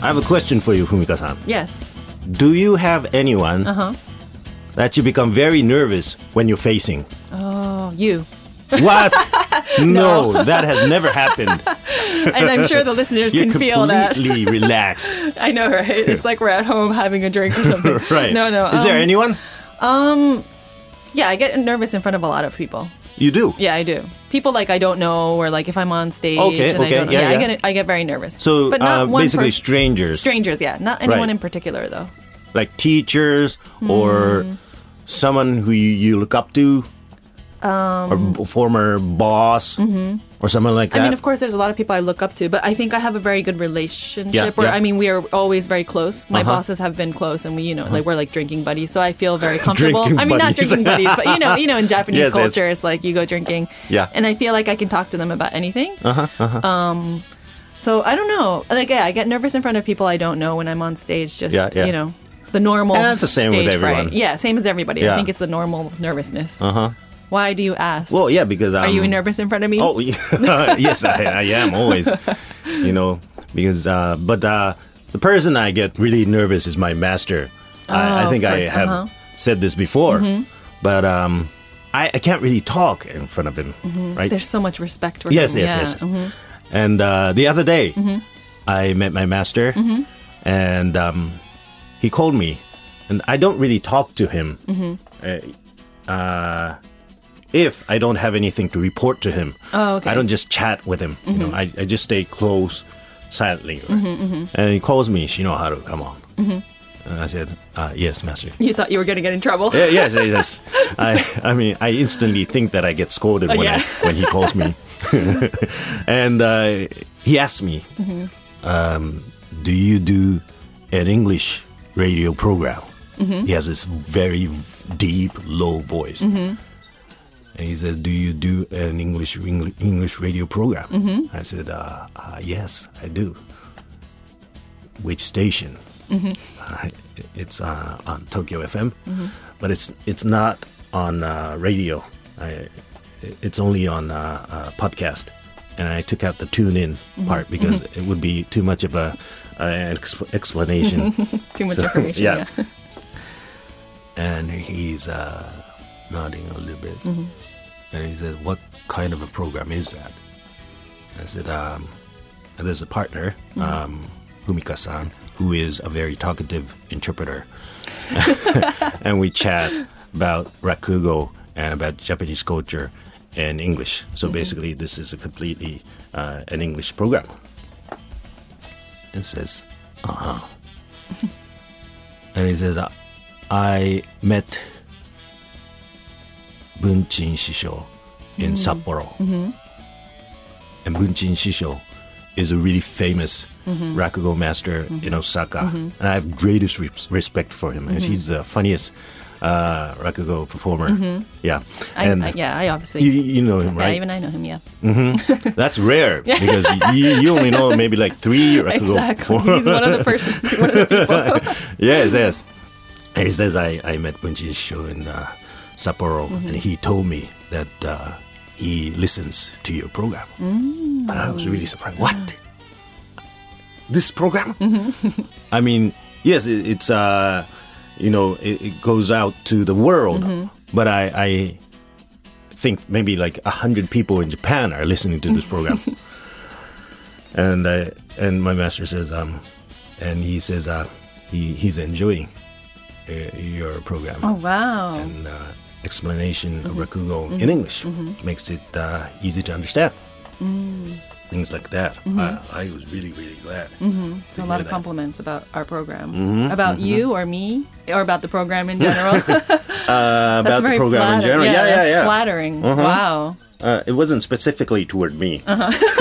I have a question for you, Fumika-san. Yes. Do you have anyone Uh-huh. that you become very nervous when you're facing? Oh, you. What? no. that has never happened. And I'm sure the listeners You're can feel that. completely relaxed. I know, right? It's like we're at home having a drink or something. Right. No, no. Is there um, anyone? Um, yeah, I get nervous in front of a lot of people. You do. Yeah, I do. People like I don't know, or like if I'm on stage Okay, and okay, I don't know. yeah, yeah. I get I get very nervous. So but not uh, one basically, pers- strangers, strangers. Yeah, not anyone Right. in particular though. like teachers or Hmm. someone who you, you look up to, um, or b- former boss, or someone like that. Mm-hmm. I mean, of course, there's a lot of people I look up to, but I think I have a very good relationship. Yeah, where yeah. I mean, we are always very close. My Uh-huh. bosses have been close, and we, you know, like we're like drinking buddies. So I feel very comfortable. I Drinking mean, not buddies. drinking buddies, but you know, you know, in Japanese Yes, yes. culture, it's like you go drinking. Yeah. Uh-huh, And I feel like I can talk to them about anything. Uh huh. Um, so I don't know. Like, yeah, I get nervous in front of people I don't know when I'm on stage. Just Yeah, yeah. you know, the normal. And that's the same with stage everyone. fright. Yeah, same as everybody. Yeah. Uh-huh. I think it's the normal nervousness. Uh huh. Why do you ask? well, yeah, because are I'm, you nervous in front of me? Oh, yes, I, I am always. You know, because uh, but uh, the person I get really nervous is my master. I, I Oh, think I first, have uh-huh. Mm-hmm. said this before, but um, I, I can't really talk in front of him, right? There's so much respect for Yes, him. yes, yeah. Mm-hmm. yes. Mhm. And uh, the other day, I met my master, Mm-hmm. and um, he called me, and I don't really talk to him. Mm-hmm. Uh, uh, if I don't have anything to report to him, Oh, okay. Mm-hmm. I don't just chat with him. You know, I, I just stay close silently. right? And he calls me, Shinoharu, come on. Mm-hmm. And I said, uh, yes, master. You thought you were going to get in trouble. Yeah, yes, yes. yes. I, I mean, I instantly think that I get scolded Oh, when yeah. I, when he calls me, and uh, he asked me, um, "Do you do an English radio program?" He has this very v- deep, low voice, and he said, "Do you do an English Engli- English radio program?" I said, uh, uh, "Yes, I do." Which station? Uh, it's uh, on Tokyo FM, but it's it's not on uh, radio. I, it's only on uh, uh, podcast, and I took out the tune in part because it would be too much of a, uh ex- explanation. Too much So, information. yeah. Yeah. and he's uh, nodding a little bit, and he said, "What kind of a program is that?" I said, um, "There's a partner, um, Humika-san, who is a very talkative interpreter." and we chat about rakugo and about Japanese culture and English. So basically, this is a completely uh, an English program. And says, uh huh. and he says, uh, I met Bunchin Shisho in Mm-hmm. Sapporo. And Bunchin Shisho is a really famous Mm-hmm. rakugo master in Osaka. And I have greatest res- respect for him. Mm-hmm. And he's the funniest uh, rakugo performer. Yeah. Mm-hmm. I, and I, yeah, I obviously. You, you know him, yeah, right? even I know him. Yeah. That's rare because you, you only know maybe like three rakugo Exactly. performers. He's one of the person. One of the people. yes, yes. And he says I, I met Bunji's show in uh, Sapporo, and he told me that uh, he listens to your program. And I was really surprised. What? This program? I mean, yes, it, it's uh, you know, it, it goes out to the world, but I, I think maybe like a hundred people in Japan are listening to this program. and I, and my master says, um, and he says, uh, he, he's enjoying uh, your program Oh wow. and uh, explanation Mm-hmm. of Rakugo in English makes it uh, easy to understand. Mm. Things like that. I, I was really, really glad. So Mm-hmm. a lot of compliments about our program, Mm-hmm, about you or me, or about the program in general. that's Uh, about the very program in flattering. general. Yeah, yeah, that's yeah. flattering. Wow. Uh, it wasn't specifically toward me.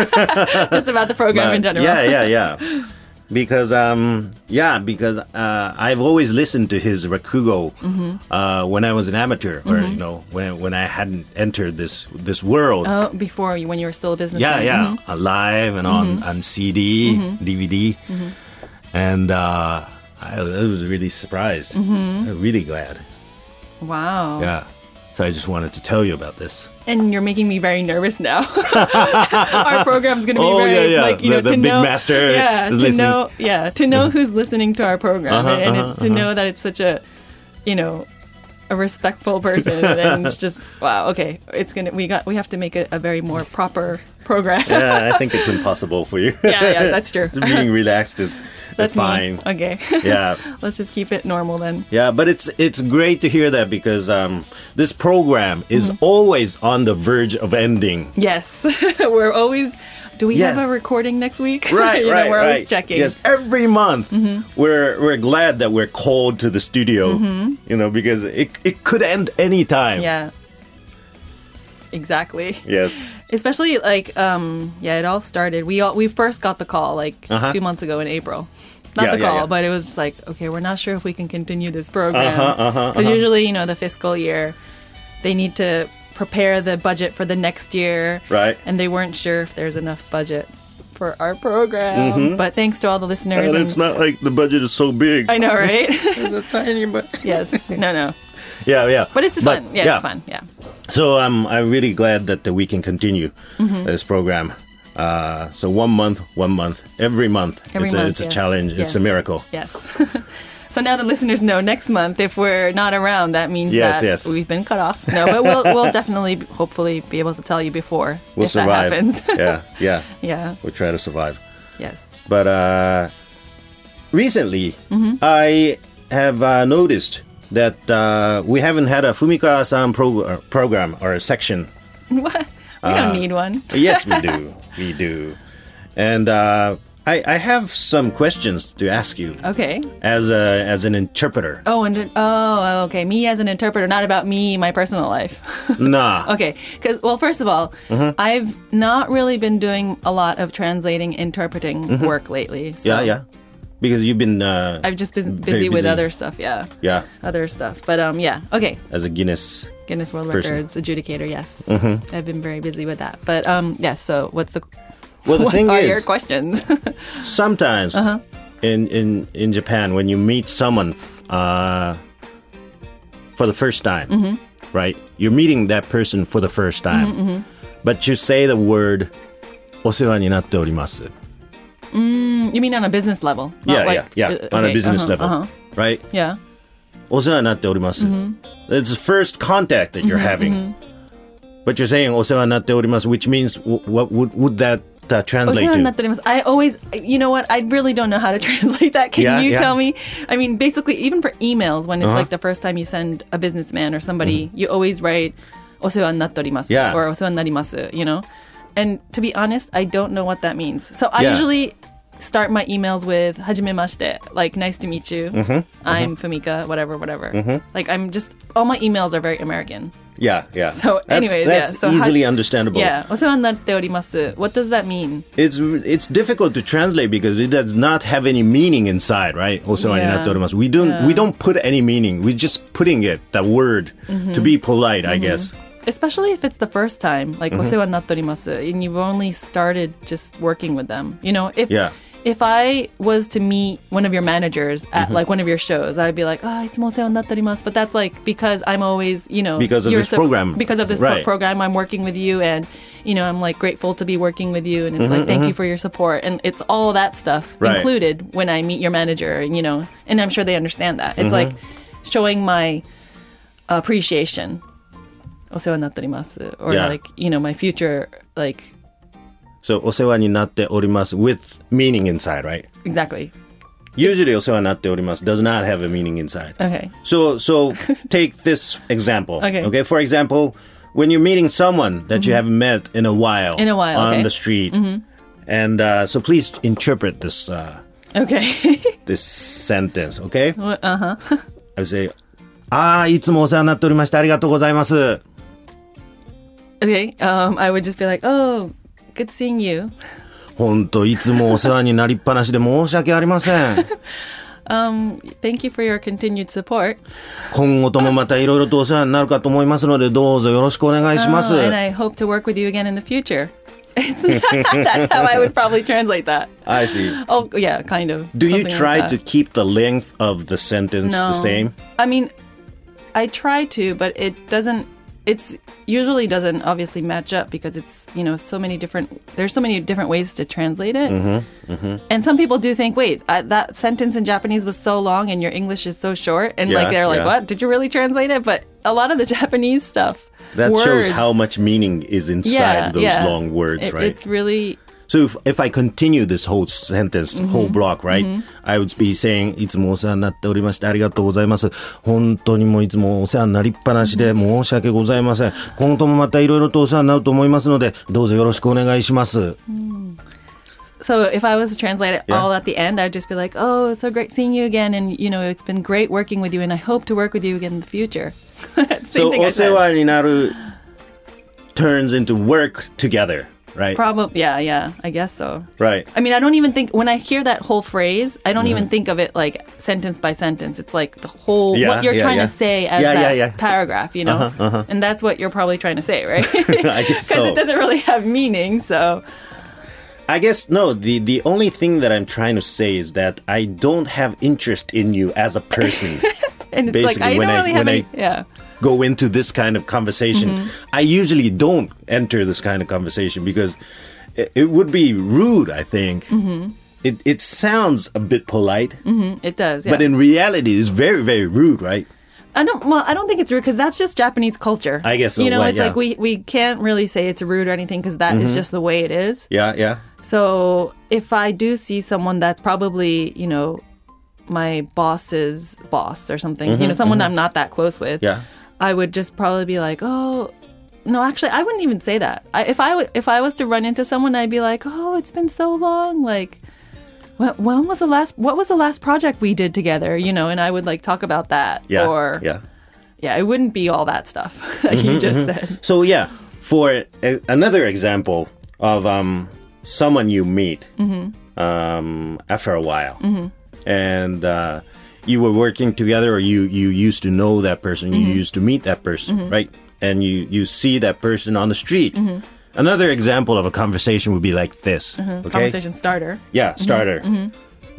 Just about the Uh, program in but general. yeah, yeah, yeah. Because um, yeah, because uh, I've always listened to his rakugo Mm-hmm. uh, when I was an amateur, or you know, when when I hadn't entered this this world. Oh, before you, when you were still a businessman. yeah, yeah, Mm-hmm. alive and on on CD, DVD, Mm-hmm. and uh, Mm-hmm. I, I was really surprised, really glad. Mhm. Wow. Yeah, So I just wanted to tell you about this. And you're making me very nervous now. Our program's going to be Oh, very yeah, yeah. like you The- know the to big know master yeah to is listening. know yeah to know who's listening to our program Uh-huh, and, it- uh-huh, to know that it's such a you know a respectful person and it's just wow okay it's gonna we got we have to make it a very more proper program yeah Yeah, I think it's impossible for you. yeah, that's true Just being relaxed is that's fine. me okay Yeah. let's just keep it normal then Yeah, but it's it's great to hear that because um, this program is Mm-hmm. always on the verge of ending. yes we're always do we Yes. have a recording next week Right, you know, right, we're right. always checking Mm-hmm. Yes, every month we're we're glad that we're called to the studio. You know, because it it could end any time. Yeah. Exactly. Yes. Especially like um yeah, it all started. We all we first got the call like Uh-huh. 2 months ago in April. Not Yeah, the yeah, call, yeah. but it was just like, okay, we're not sure if we can continue this program. Uh-huh, uh-huh, Cuz usually, you know, the fiscal year they need to prepare the budget for the next year. Right. And they weren't sure if there's enough budget for our program. But thanks to all the listeners Mm-hmm. And and it's not like the budget is so big. I know, right? It's a tiny but yes. No, no. Yeah, yeah. But it's fun. Yeah, it's fun. Yeah. So um, I'm really glad that we can continue Mm-hmm. this program. Uh, so one month, one month, every month. Every it's a, month, it's yes. a challenge. It's a Yes. miracle. Yes. so now the listeners know next month if we're not around, that means Yes, that yes. we've been cut off. No, but we'll we'll definitely hopefully be able to tell you before We'll if survive. that happens. yeah, yeah. yeah. We'll try to survive. Yes. But uh, recently, I have uh, noticed that uh, we haven't had a Fumika-san pro- uh, program or a section. What? We Uh, don't need one. Yes, we do. we do. And uh, I, I have some questions to ask you Okay. as a, as an interpreter. Oh, and then- oh, okay. Me as an interpreter, not about me, my personal life. Nah. okay. Because well, first of all, Mm-hmm. I've not really been doing a lot of translating, interpreting work lately. So Mm-hmm. Yeah, yeah. Because you've been uh, I've just been Very busy with busy. other stuff. Yeah. yeah Other stuff. But um, yeah. Okay. as a Guinness. Guinness World Person. Mm-hmm. Records adjudicator. Yes, I've been very busy with that. But um, yes. so what's the Well, the what thing are is, your questions? sometimes Uh-huh. in, in in Japan when you meet someone f- uh, for the first time, Mm-hmm. right? You're meeting that person for the first time, but you say the word "お世話になっております." you mean on a business level? not Yeah, like- yeah, yeah. uh, On a okay, business uh-huh, level, uh-huh. right? Yeah, お世話になっております。It's Mm-hmm. the first contact that you're having. But you're saying お世話になっております, which means w- what would, would that uh, translate to? Oseonatterimasu. I always, you know what? I really don't know how to translate that. Can Yeah, you yeah. Uh-huh. tell me? I mean, basically, even for emails, when it's like the first time you send a businessman or somebody, you always write お世話になっております Mm-hmm. Yeah. or お世話になります, you know? And to be honest, I don't know what that means. So I Yeah. usually start my emails with はじめまして, like nice to meet you. Mm-hmm. I'm Fumika, whatever, whatever. Like I'm just all my emails are very American. Yeah, yeah. So that's, anyways, that's yeah, so how- easily understandable. Yeah, お世話になっております. What does that mean? It's it's difficult to translate because it does not have any meaning inside, right? お世話になっております. We don't we don't put any meaning. We're just putting it that word Mm-hmm. to be polite, I guess. especially if it's the first time like Mm-hmm. "お世話になっております," and you've only started just working with them you know if Yeah. if i was to meet one of your managers at Mm-hmm. like one of your shows i'd be like ah it's "お世話になっております," but that's like because i'm always you know Because of you're this program. because of this Right. pro- program i'm working with you and you know i'm like grateful to be working with you and it's like thank you for your support and it's all that stuff Mm-hmm, Right. included when i meet your manager you know and i'm sure they understand that Mm-hmm. it's like showing my appreciation お世話になっております or Yeah. like you know my future like So お世話になっております with meaning inside, right? exactly Usually お世話になっております does not have a meaning inside. okay So so take this example. Uh. Okay. Mm-hmm. Okay. For example, when you're meeting someone that you haven't met in a while, In a while, on okay. Mm-hmm. the street, and uh, so please interpret this uh, okay this sentence. Okay. uh-huh I say, ah, いつもお世話になっておりましてありがとうございます. okay um i would just be like oh good seeing you 本当いつもお世話になりっぱなしで申し訳ありません. um thank you for your continued support 今後ともまたいろいろとお世話になるかと思いますのでどうぞよろしくお願いします Oh, and i hope to work with you again in the future It's- that's how i would probably translate that I see. oh yeah kind of Do you Something like try that. to keep the length of the sentence the same? I mean, I try to, but it doesn't it's usually doesn't obviously match up because it's you know so many different there's so many different ways to translate it Mm-hmm, and some people do think wait uh, that sentence in japanese was so long and your english is so short and Yeah, like they're like yeah. what did you really translate it but a lot of the japanese stuff That shows words- how much meaning is inside yeah, those yeah. long words, It- right? it's really So if, if I continue this whole sentence, whole block, right? I would be saying, いつもお世話になっておりましてありがとうございます。本当にもういつもお世話になりっぱなしで申し訳ございません。今後もまたいろいろとお世話になると思いますので、どうぞよろしくお願いします。 So if I was to translate it Yeah. all at the end, I'd just be like, "Oh, it's so great seeing you again, and you know, it's been great working with you, and I hope to work with you again in the future." Same so thing I said. お世話になる turns into work together, right? Probab- yeah, yeah, I guess so. right. I mean, I don't even think when I hear that whole phrase, I don't even think of it like sentence by sentence. It's like the whole Mm-hmm. Yeah, what you're yeah, trying yeah. to say as Yeah, yeah, that yeah. paragraph, you know, and that's what you're probably trying to say, right? Because I guess so. it doesn't really have meaning. So I guess no. The the only thing that I'm trying to say is that I don't have interest in you as a person. and it's like Basically, I when don't I- really have when any. I- yeah. Go into this kind of conversation. I usually don't enter this kind of conversation because it, it would be rude. I think it it sounds a bit polite, Mm, It does, yeah. but in reality, it's very very rude, right? I don't. Well, I don't think it's rude because that's just Japanese culture. I guess so, You know, right, it's yeah. Mm-hmm. like we we can't really say it's rude or anything because that is just the way it is. Yeah, yeah. So if I do see someone that's probably you know my boss's boss or something, you know, someone I'm not that close with. Mm-hmm, Yeah. I would just probably be like, oh. No, actually, I wouldn't even say that. I, if I w- if I was to run into someone, I'd be like, "Oh, it's been so long. Like, when, when was the last? What was the last project we did together? You know?" And I would like talk about that. Yeah. Or yeah. yeah, it wouldn't be all that stuff like Mm-hmm, you just said. So yeah, for a, another example of um, someone you meet um, after a while, and uh, you were working together, or you you used to know that person, you used to meet that person, right? And you you see that person on the street. Another example of a conversation would be like this. Okay. Conversation starter. Yeah, starter.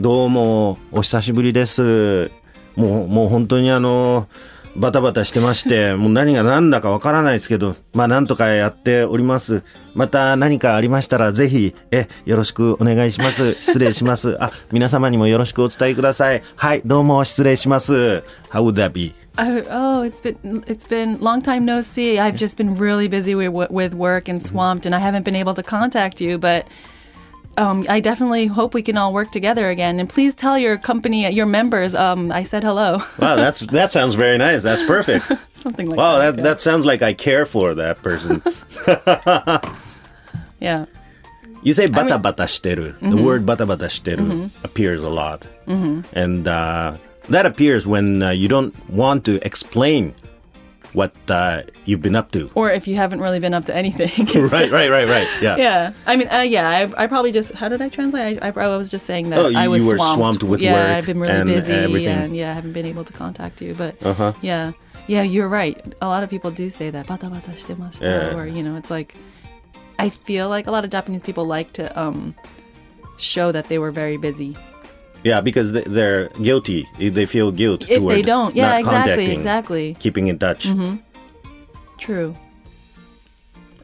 どうも、お久しぶりです。もう、もう本当にあの、バタバタしてまして、もう何が何だかわからないですけど、まあなんとかやっております。また何かありましたら、ぜひ、え、よろしくお願いします。失礼します。あ、皆様にもよろしくお伝えください。はい、どうも失礼します。How would that be? Oh, oh, it's been it's been long time no see. I've just been really busy with, with work Mm-hmm. and swamped, and I haven't been able to contact you. But um, I definitely hope we can all work together again. And please tell your company, your members, um, I said hello. Wow, that's that sounds very nice. That's perfect. Something like Wow, that. that that sounds like I care for that person. yeah. yeah. You say bata bata shiteru. The Mm-hmm. word bata bata shiteru appears a lot. And uh, that appears when uh, you don't want to explain what uh, you've been up to. Or if you haven't really been up to anything, it's Right, just- right, right, right. Yeah. Yeah, I mean, uh, yeah, I, I probably just how did I translate? I, I, I was just saying that Oh, you- I was you were swamped. swamped with yeah, work I've been really and busy, everything. Uh-huh. and yeah, I haven't been able to contact you. But yeah, yeah, you're right. A lot of people do say that bata bata shitemashita, Yeah. or you know, it's like I feel like a lot of Japanese people like to um, show that they were very busy. Yeah, because they- they're guilty. They feel guilt If toward they don't, yeah, not exactly, Mm-hmm. contacting, exactly, keeping in touch. true.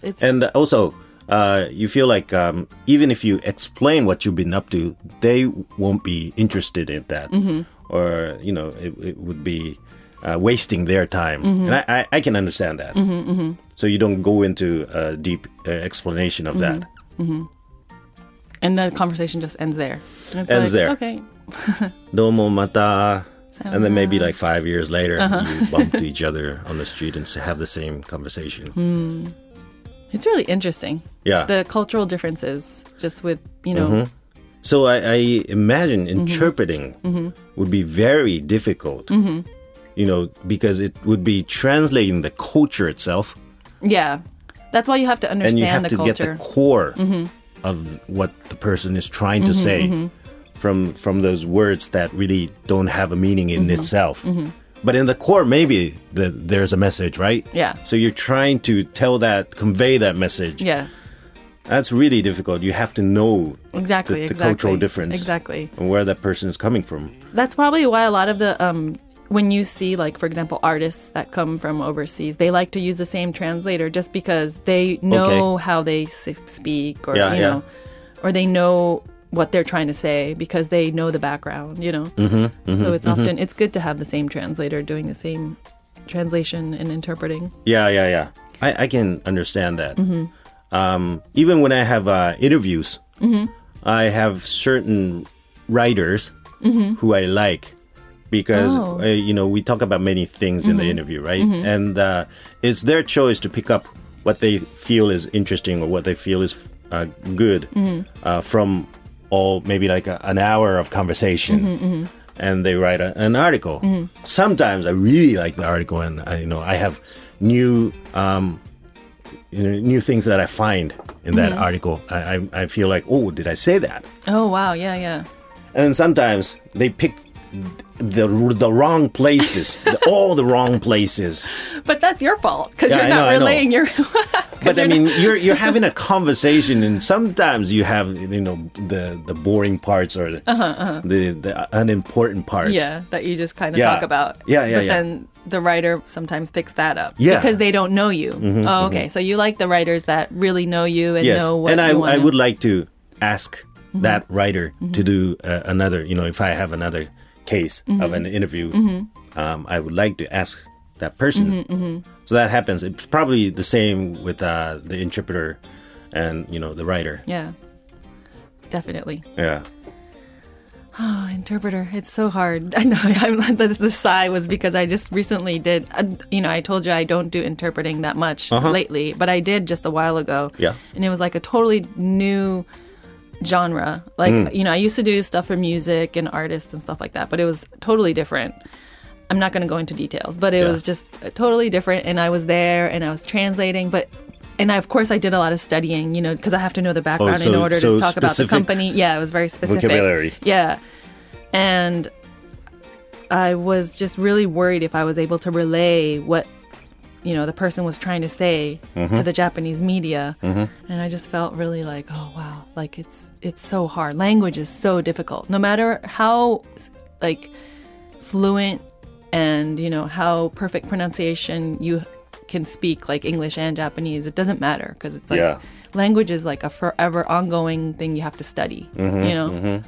It's And also, uh, you feel like um, even if you explain what you've been up to, they won't be interested in that. Or, you know, it, it would be uh, wasting their time. And I, I, I can understand that. So you don't go into a deep uh, explanation of that. and the conversation just ends there. And it's Ends like, there. Okay, Domo mata. And then maybe like five years later, you bump to each other on the street and s- have the same conversation. it's really interesting. Yeah. the cultural differences just with you know Mm-hmm. So I, I imagine Mm-hmm. interpreting would be very difficult. Mm-hmm. You know, because it would be translating the culture itself, yeah that's why you have to and understand you have the to get culture Mm-hmm. the core of what the person is trying to say from from those words that really don't have a meaning in Mm-hmm. itself. But in the core, maybe the, there's a message, right? Yeah. So you're trying to tell that, convey that message. yeah That's really difficult. You have to know the, exactly the exactly cultural difference exactly and where that person is coming from. that's probably why a lot of the um when you see like for example artists that come from overseas they like to use the same translator just because they know how they s- speak or Yeah, you yeah. know or they know what they're trying to say because they know the background you know Mm-hmm, so it's often it's good to have the same translator doing the same translation and interpreting Yeah, yeah, yeah. I, I can understand that. Um, even when I have uh, interviews, I have certain writers who I like because Oh. uh, you know we talk about many things in the interview, right? And uh, it's their choice to pick up what they feel is interesting or what they feel is uh, good uh, from all maybe like a, an hour of conversation. And they write a, an article. Sometimes I really like the article, and I, you know I have new um, you know, new things that I find in that article. I, I, I feel like, oh, did I say that? oh wow yeah yeah And sometimes they pick the the wrong places, the, all the wrong places. but that's your fault because Yeah, I you're not know, I know. relaying your But I mean, you're you're having a conversation, and sometimes you have you know the the boring parts or the the, the unimportant parts. Yeah, that you just kind of Yeah. talk about. Yeah, yeah, But yeah. then the writer sometimes picks that up. Yeah. Mm-hmm, Because they don't know you. oh, okay. So you like the writers that really know you and Yes, know what and I I you wanna- Mm-hmm. would like to ask that writer to do uh, another. You know, if I have another case of Mm-hmm. an interview, um, I would like to ask that person. Mm-hmm, So that happens. It's probably the same with uh, the interpreter and you know the writer. Yeah. Definitely. Yeah. Oh, interpreter. It's so hard. I know. I'm, the, the sigh was because I just recently did, uh, you know, I told you I don't do interpreting that much lately, but I did just a while ago. Uh-huh. Yeah. And it was like a totally new genre. Like, Mm. you know, I used to do stuff for music and artists and stuff like that, but it was totally different. I'm not going to go into details, but it Yeah. was just uh, totally different. And I was there and I was translating, but. And I, of course, I did a lot of studying, you know, because I have to know the background in Oh, so- order so to talk about the specific company. Yeah, it was very specific. vocabulary. Yeah. And I was just really worried if I was able to relay what you know the person was trying to say to the Japanese media, and I just felt really like, oh wow, like it's it's so hard. Language is so difficult. No matter how like fluent and you know how perfect pronunciation you can speak like English and Japanese, it doesn't matter because it's like Yeah. language is like a forever ongoing thing you have to study. you know,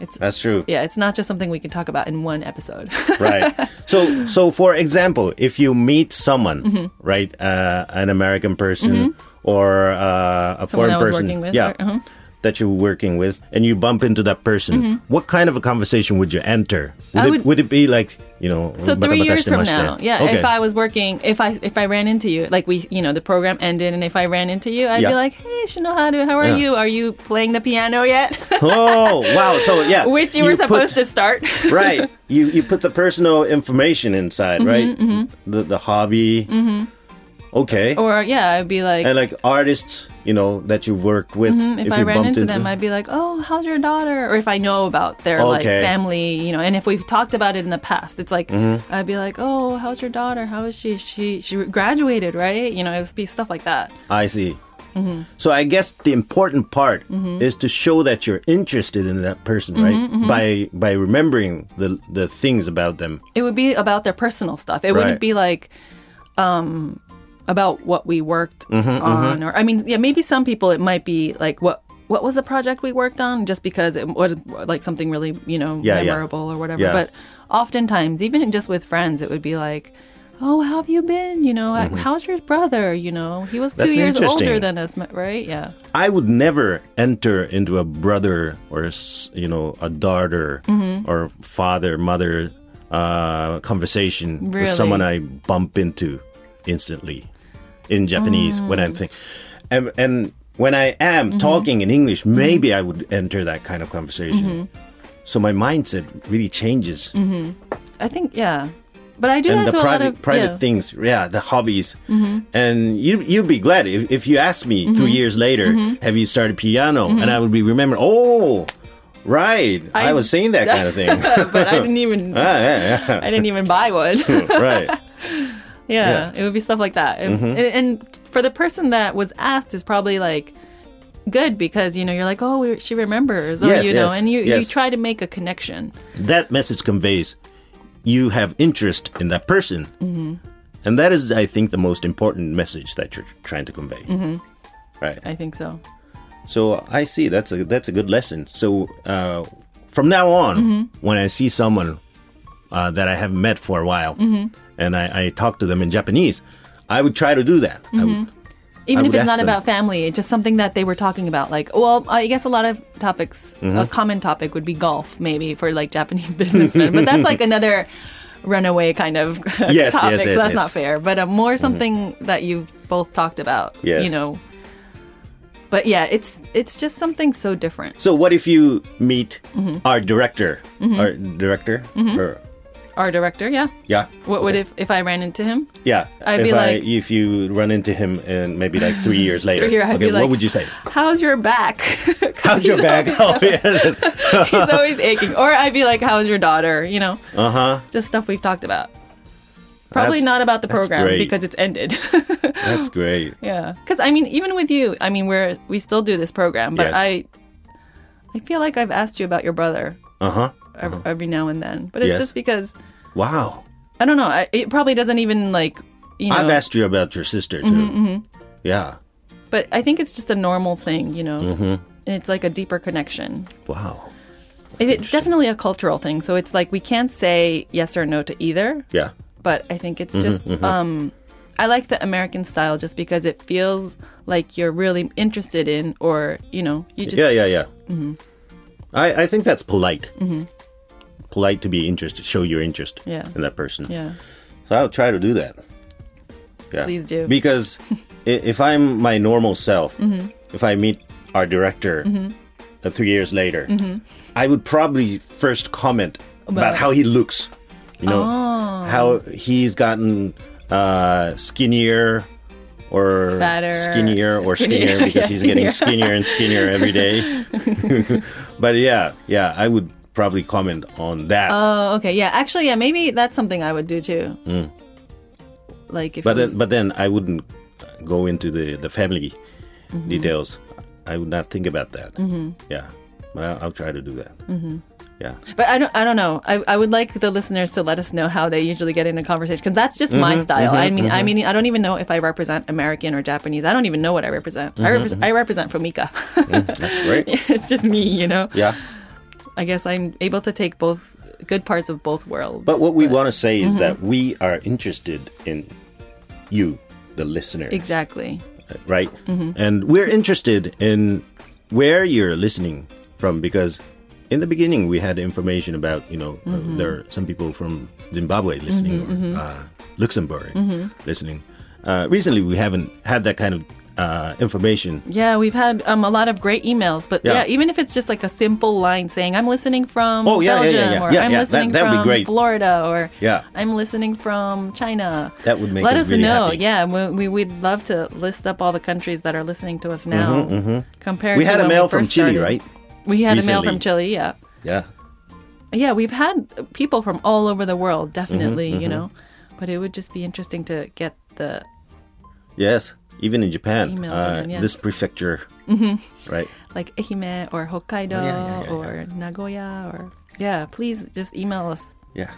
it's That's true. yeah, it's not just something we can talk about in one episode. right. So, so for example, if you meet someone, Mm-hmm. right, uh, an American person or uh, a Someone foreign I was person, working with, yeah, or- uh-huh. that you're working with, and you bump into that person, what kind of a conversation would you enter? Would, Mm-hmm. I it, would- would it be like you know? so three years from now, yeah, Okay. if I was working, if I if I ran into you, like we, you know, the program ended, and if I ran into you, I'd Yeah. be like, "Hey, Shinohara, how are Yeah. you? Are you playing the piano yet?" oh wow! So yeah, Which you, were supposed to start. right. You you put the personal information inside, Mm-hmm, right? The the hobby. Okay. or yeah, I'd be like, "Hmm, and like artists, you know, that you worked with. Mm-hmm. if, you I ran bumped into them, I'd be like, "Oh, how's your daughter?" Or if I know about their like Okay. family, you know, and if we've talked about it in the past, it's like Mm-hmm. I'd be like, "Oh, how's your daughter? How is she? She she graduated, right? You know, it would be stuff like that." I see. Mm-hmm. So I guess the important part is to show that you're interested in that person, right? Mm-hmm, By by remembering the the things about them. it would be about their personal stuff. It Right. wouldn't be like um about what we worked Mm-hmm, on or I mean, yeah, maybe some people it might be like what what was the project we worked on just because it was like something really, you know, Yeah, yeah. memorable or whatever. Yeah. But oftentimes, even just with friends, it would be like Oh, how have you been? You know, how's your brother? You know, he was Mm-hmm. two That's years older interesting. than us, right? Yeah. I would never enter into a brother or a s- you know a daughter or father mother uh, conversation with Really? someone I bump into instantly in Japanese when I'm thinking, and, and when I am talking in English, maybe I would enter that kind of conversation. So my mindset really changes, I think, yeah. But I do and that the to a private lot of private yeah. Mm-hmm. things, yeah, the hobbies, and you you'd be glad if, if you asked me three years later, Mm-hmm. have you started piano? And I would be remembering, oh, right, I, I- was saying that kind of thing. ah, but I didn't even, I yeah, didn't even buy one. yeah. right, Yeah, it would be stuff like that. Mm-hmm. And, and and for the person that was asked is probably like good because you know you're like, oh, we- she remembers, or Yes, you know, yes, and you you yes. try to make a connection. that message conveys you have interest in that person. Mm-hmm. And that is, I think, the most important message that you're trying to convey. Mm-hmm. Right. I think so. So I see that's a that's a good lesson. So uh, from now on, Mm-hmm. when I see someone uh, that I have met for a while, Mm-hmm. and I, I talk to them in Japanese, I would try to do that. I would, Mm-hmm. Even I if would it's not ask them. about family, it's just something that they were talking about. Like, well, I guess a lot of topics, Mm-hmm. a common topic would be golf, maybe for like Japanese businessmen, but that's like another runaway kind of topic. yes, so yes, that's yes. Mm-hmm. not fair. But uh, more something that you've both talked about. Yes. You know. But yeah, it's it's just something so different. So what if you meet Mm-hmm. our director, our director, or Our director, yeah. yeah, What would if if I ran into him? yeah? I'd if be I, like- if you run into him and maybe like three years later, Here, I'd okay, be like, what would you say? How's your back? 'Cause How's your he's bag? Oh yeah, always- he's always aching. Or I'd be like, "How's your daughter?" You know, uh huh. just stuff we've talked about. Probably That's- not about the that's program great. because it's ended. That's great. yeah, because I mean, even with you, I mean, we're we still do this program, but Yes. I, I feel like I've asked you about your brother Uh huh. ev- every now and then, but it's Yes. just because Wow. I don't know. I, it probably doesn't even like you know. I've asked you about your sister too. Mm-hmm, Yeah. but I think it's just a normal thing, you know. Mm-hmm. It's like a deeper connection. Wow. It, it's definitely a cultural thing, so it's like we can't say yes or no to either. Yeah. but I think Mm-hmm, it's just um I like the American style just because it feels like you're really interested in or you know you just Mm-hmm. yeah, yeah, yeah. I I think that's polite. Polite to be interested, show your interest Yeah. in that person. Yeah. So I'll try to do that. Yeah. Please do. Because i- if I'm my normal self, Mm-hmm. if I meet our director uh, three years later, I would probably first comment about, Mm-hmm. About- Oh. how he looks. You know, how he's gotten uh, skinnier or Fatter, skinnier or skinnier, skinnier, because yeah, he's skinnier. getting skinnier and skinnier every day. but yeah, yeah, I would probably comment on that. Oh, okay. Yeah, actually yeah, maybe that's something I would do too. Like if Mm. But he's- then, but then I wouldn't go into the the family details. I would not think about that. Yeah, but I'll, I'll try to do that. Yeah, But I don't. I don't know. I, I would like the listeners to let us know how they usually get in a conversation because that's just my Mm-hmm, style. I mean, I mean, I don't even know if I represent American or Japanese. I don't even know what I represent. Mm-hmm, I, repre- I represent Fumika. that's great. it's just me, you know. yeah, I guess I'm able to take both good parts of both worlds. but what we want to say is that we are interested in you, the listener, exactly. right? Mm-hmm. And we're interested in where you're listening from because. In the beginning, we had information about you know uh, Mm-hmm. there are some people from Zimbabwe listening or Uh, Luxembourg Mm-hmm. listening. Uh, recently, we haven't had that kind of uh, information. Yeah, we've had um, a lot of great emails, but yeah. Yeah. even if it's just like a simple line saying "I'm listening from Oh, yeah, yeah, yeah, Belgium" yeah. Yeah, or "I'm yeah, that- listening that'd be from great. Florida" or Yeah. "I'm listening from China," That would make let us us really know. happy. Yeah, we, we would love to list up all the countries that are listening to us now. Compared, Mm-hmm, We to had a when mail from first Chile, started. right? We had a mail Recently. from Chile. Yeah, Yeah, yeah, we've had people from all over the world, Mm-hmm, definitely. You know, but it would just be interesting to get the yes. Even in Japan, Emails uh, again, yes. Mm-hmm. this prefecture, right? like Ehime or Hokkaido Oh, yeah, yeah, yeah. or Nagoya or yeah, please just email us Yeah,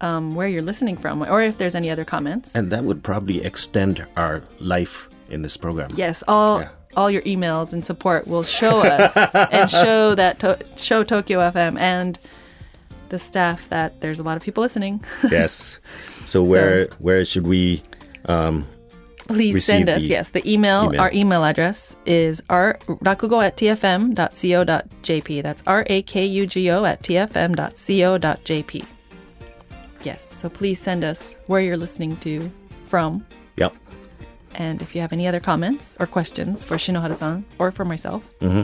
um, where you're listening from or if there's any other comments. and that would probably extend our life in this program. Yes, all Yeah. all your emails and support will show us and show that to- show Tokyo FM and the staff that there's a lot of people listening. yes. So where where should we? Um, please receive send us the yes the email, email. our email address is r rakugo at tfm.co.jp that's r-a-k-u-g-o at tfm.co.jp yes so please send us where you're listening to from yep. and if you have any other comments or questions for shinohara-san or for myself Mm-hmm.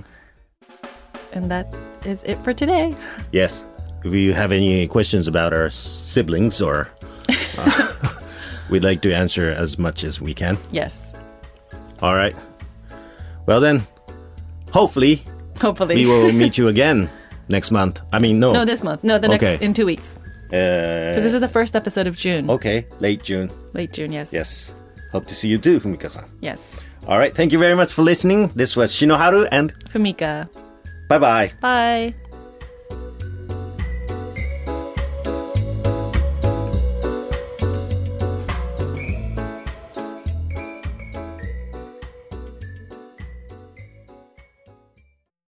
and that is it for today Yes. If you have any questions about our siblings or uh, we'd like to answer as much as we can. yes All right. Well then, hopefully hopefully we will meet you again next month. I mean, no. no this month no the next Okay. in two weeks because this uh, is the first episode of june okay, late June. late june yes Yes. Hope to see you too, Fumika-san. yes All right. Thank you very much for listening. This was Shinoharu and Fumika. bye-bye. Bye.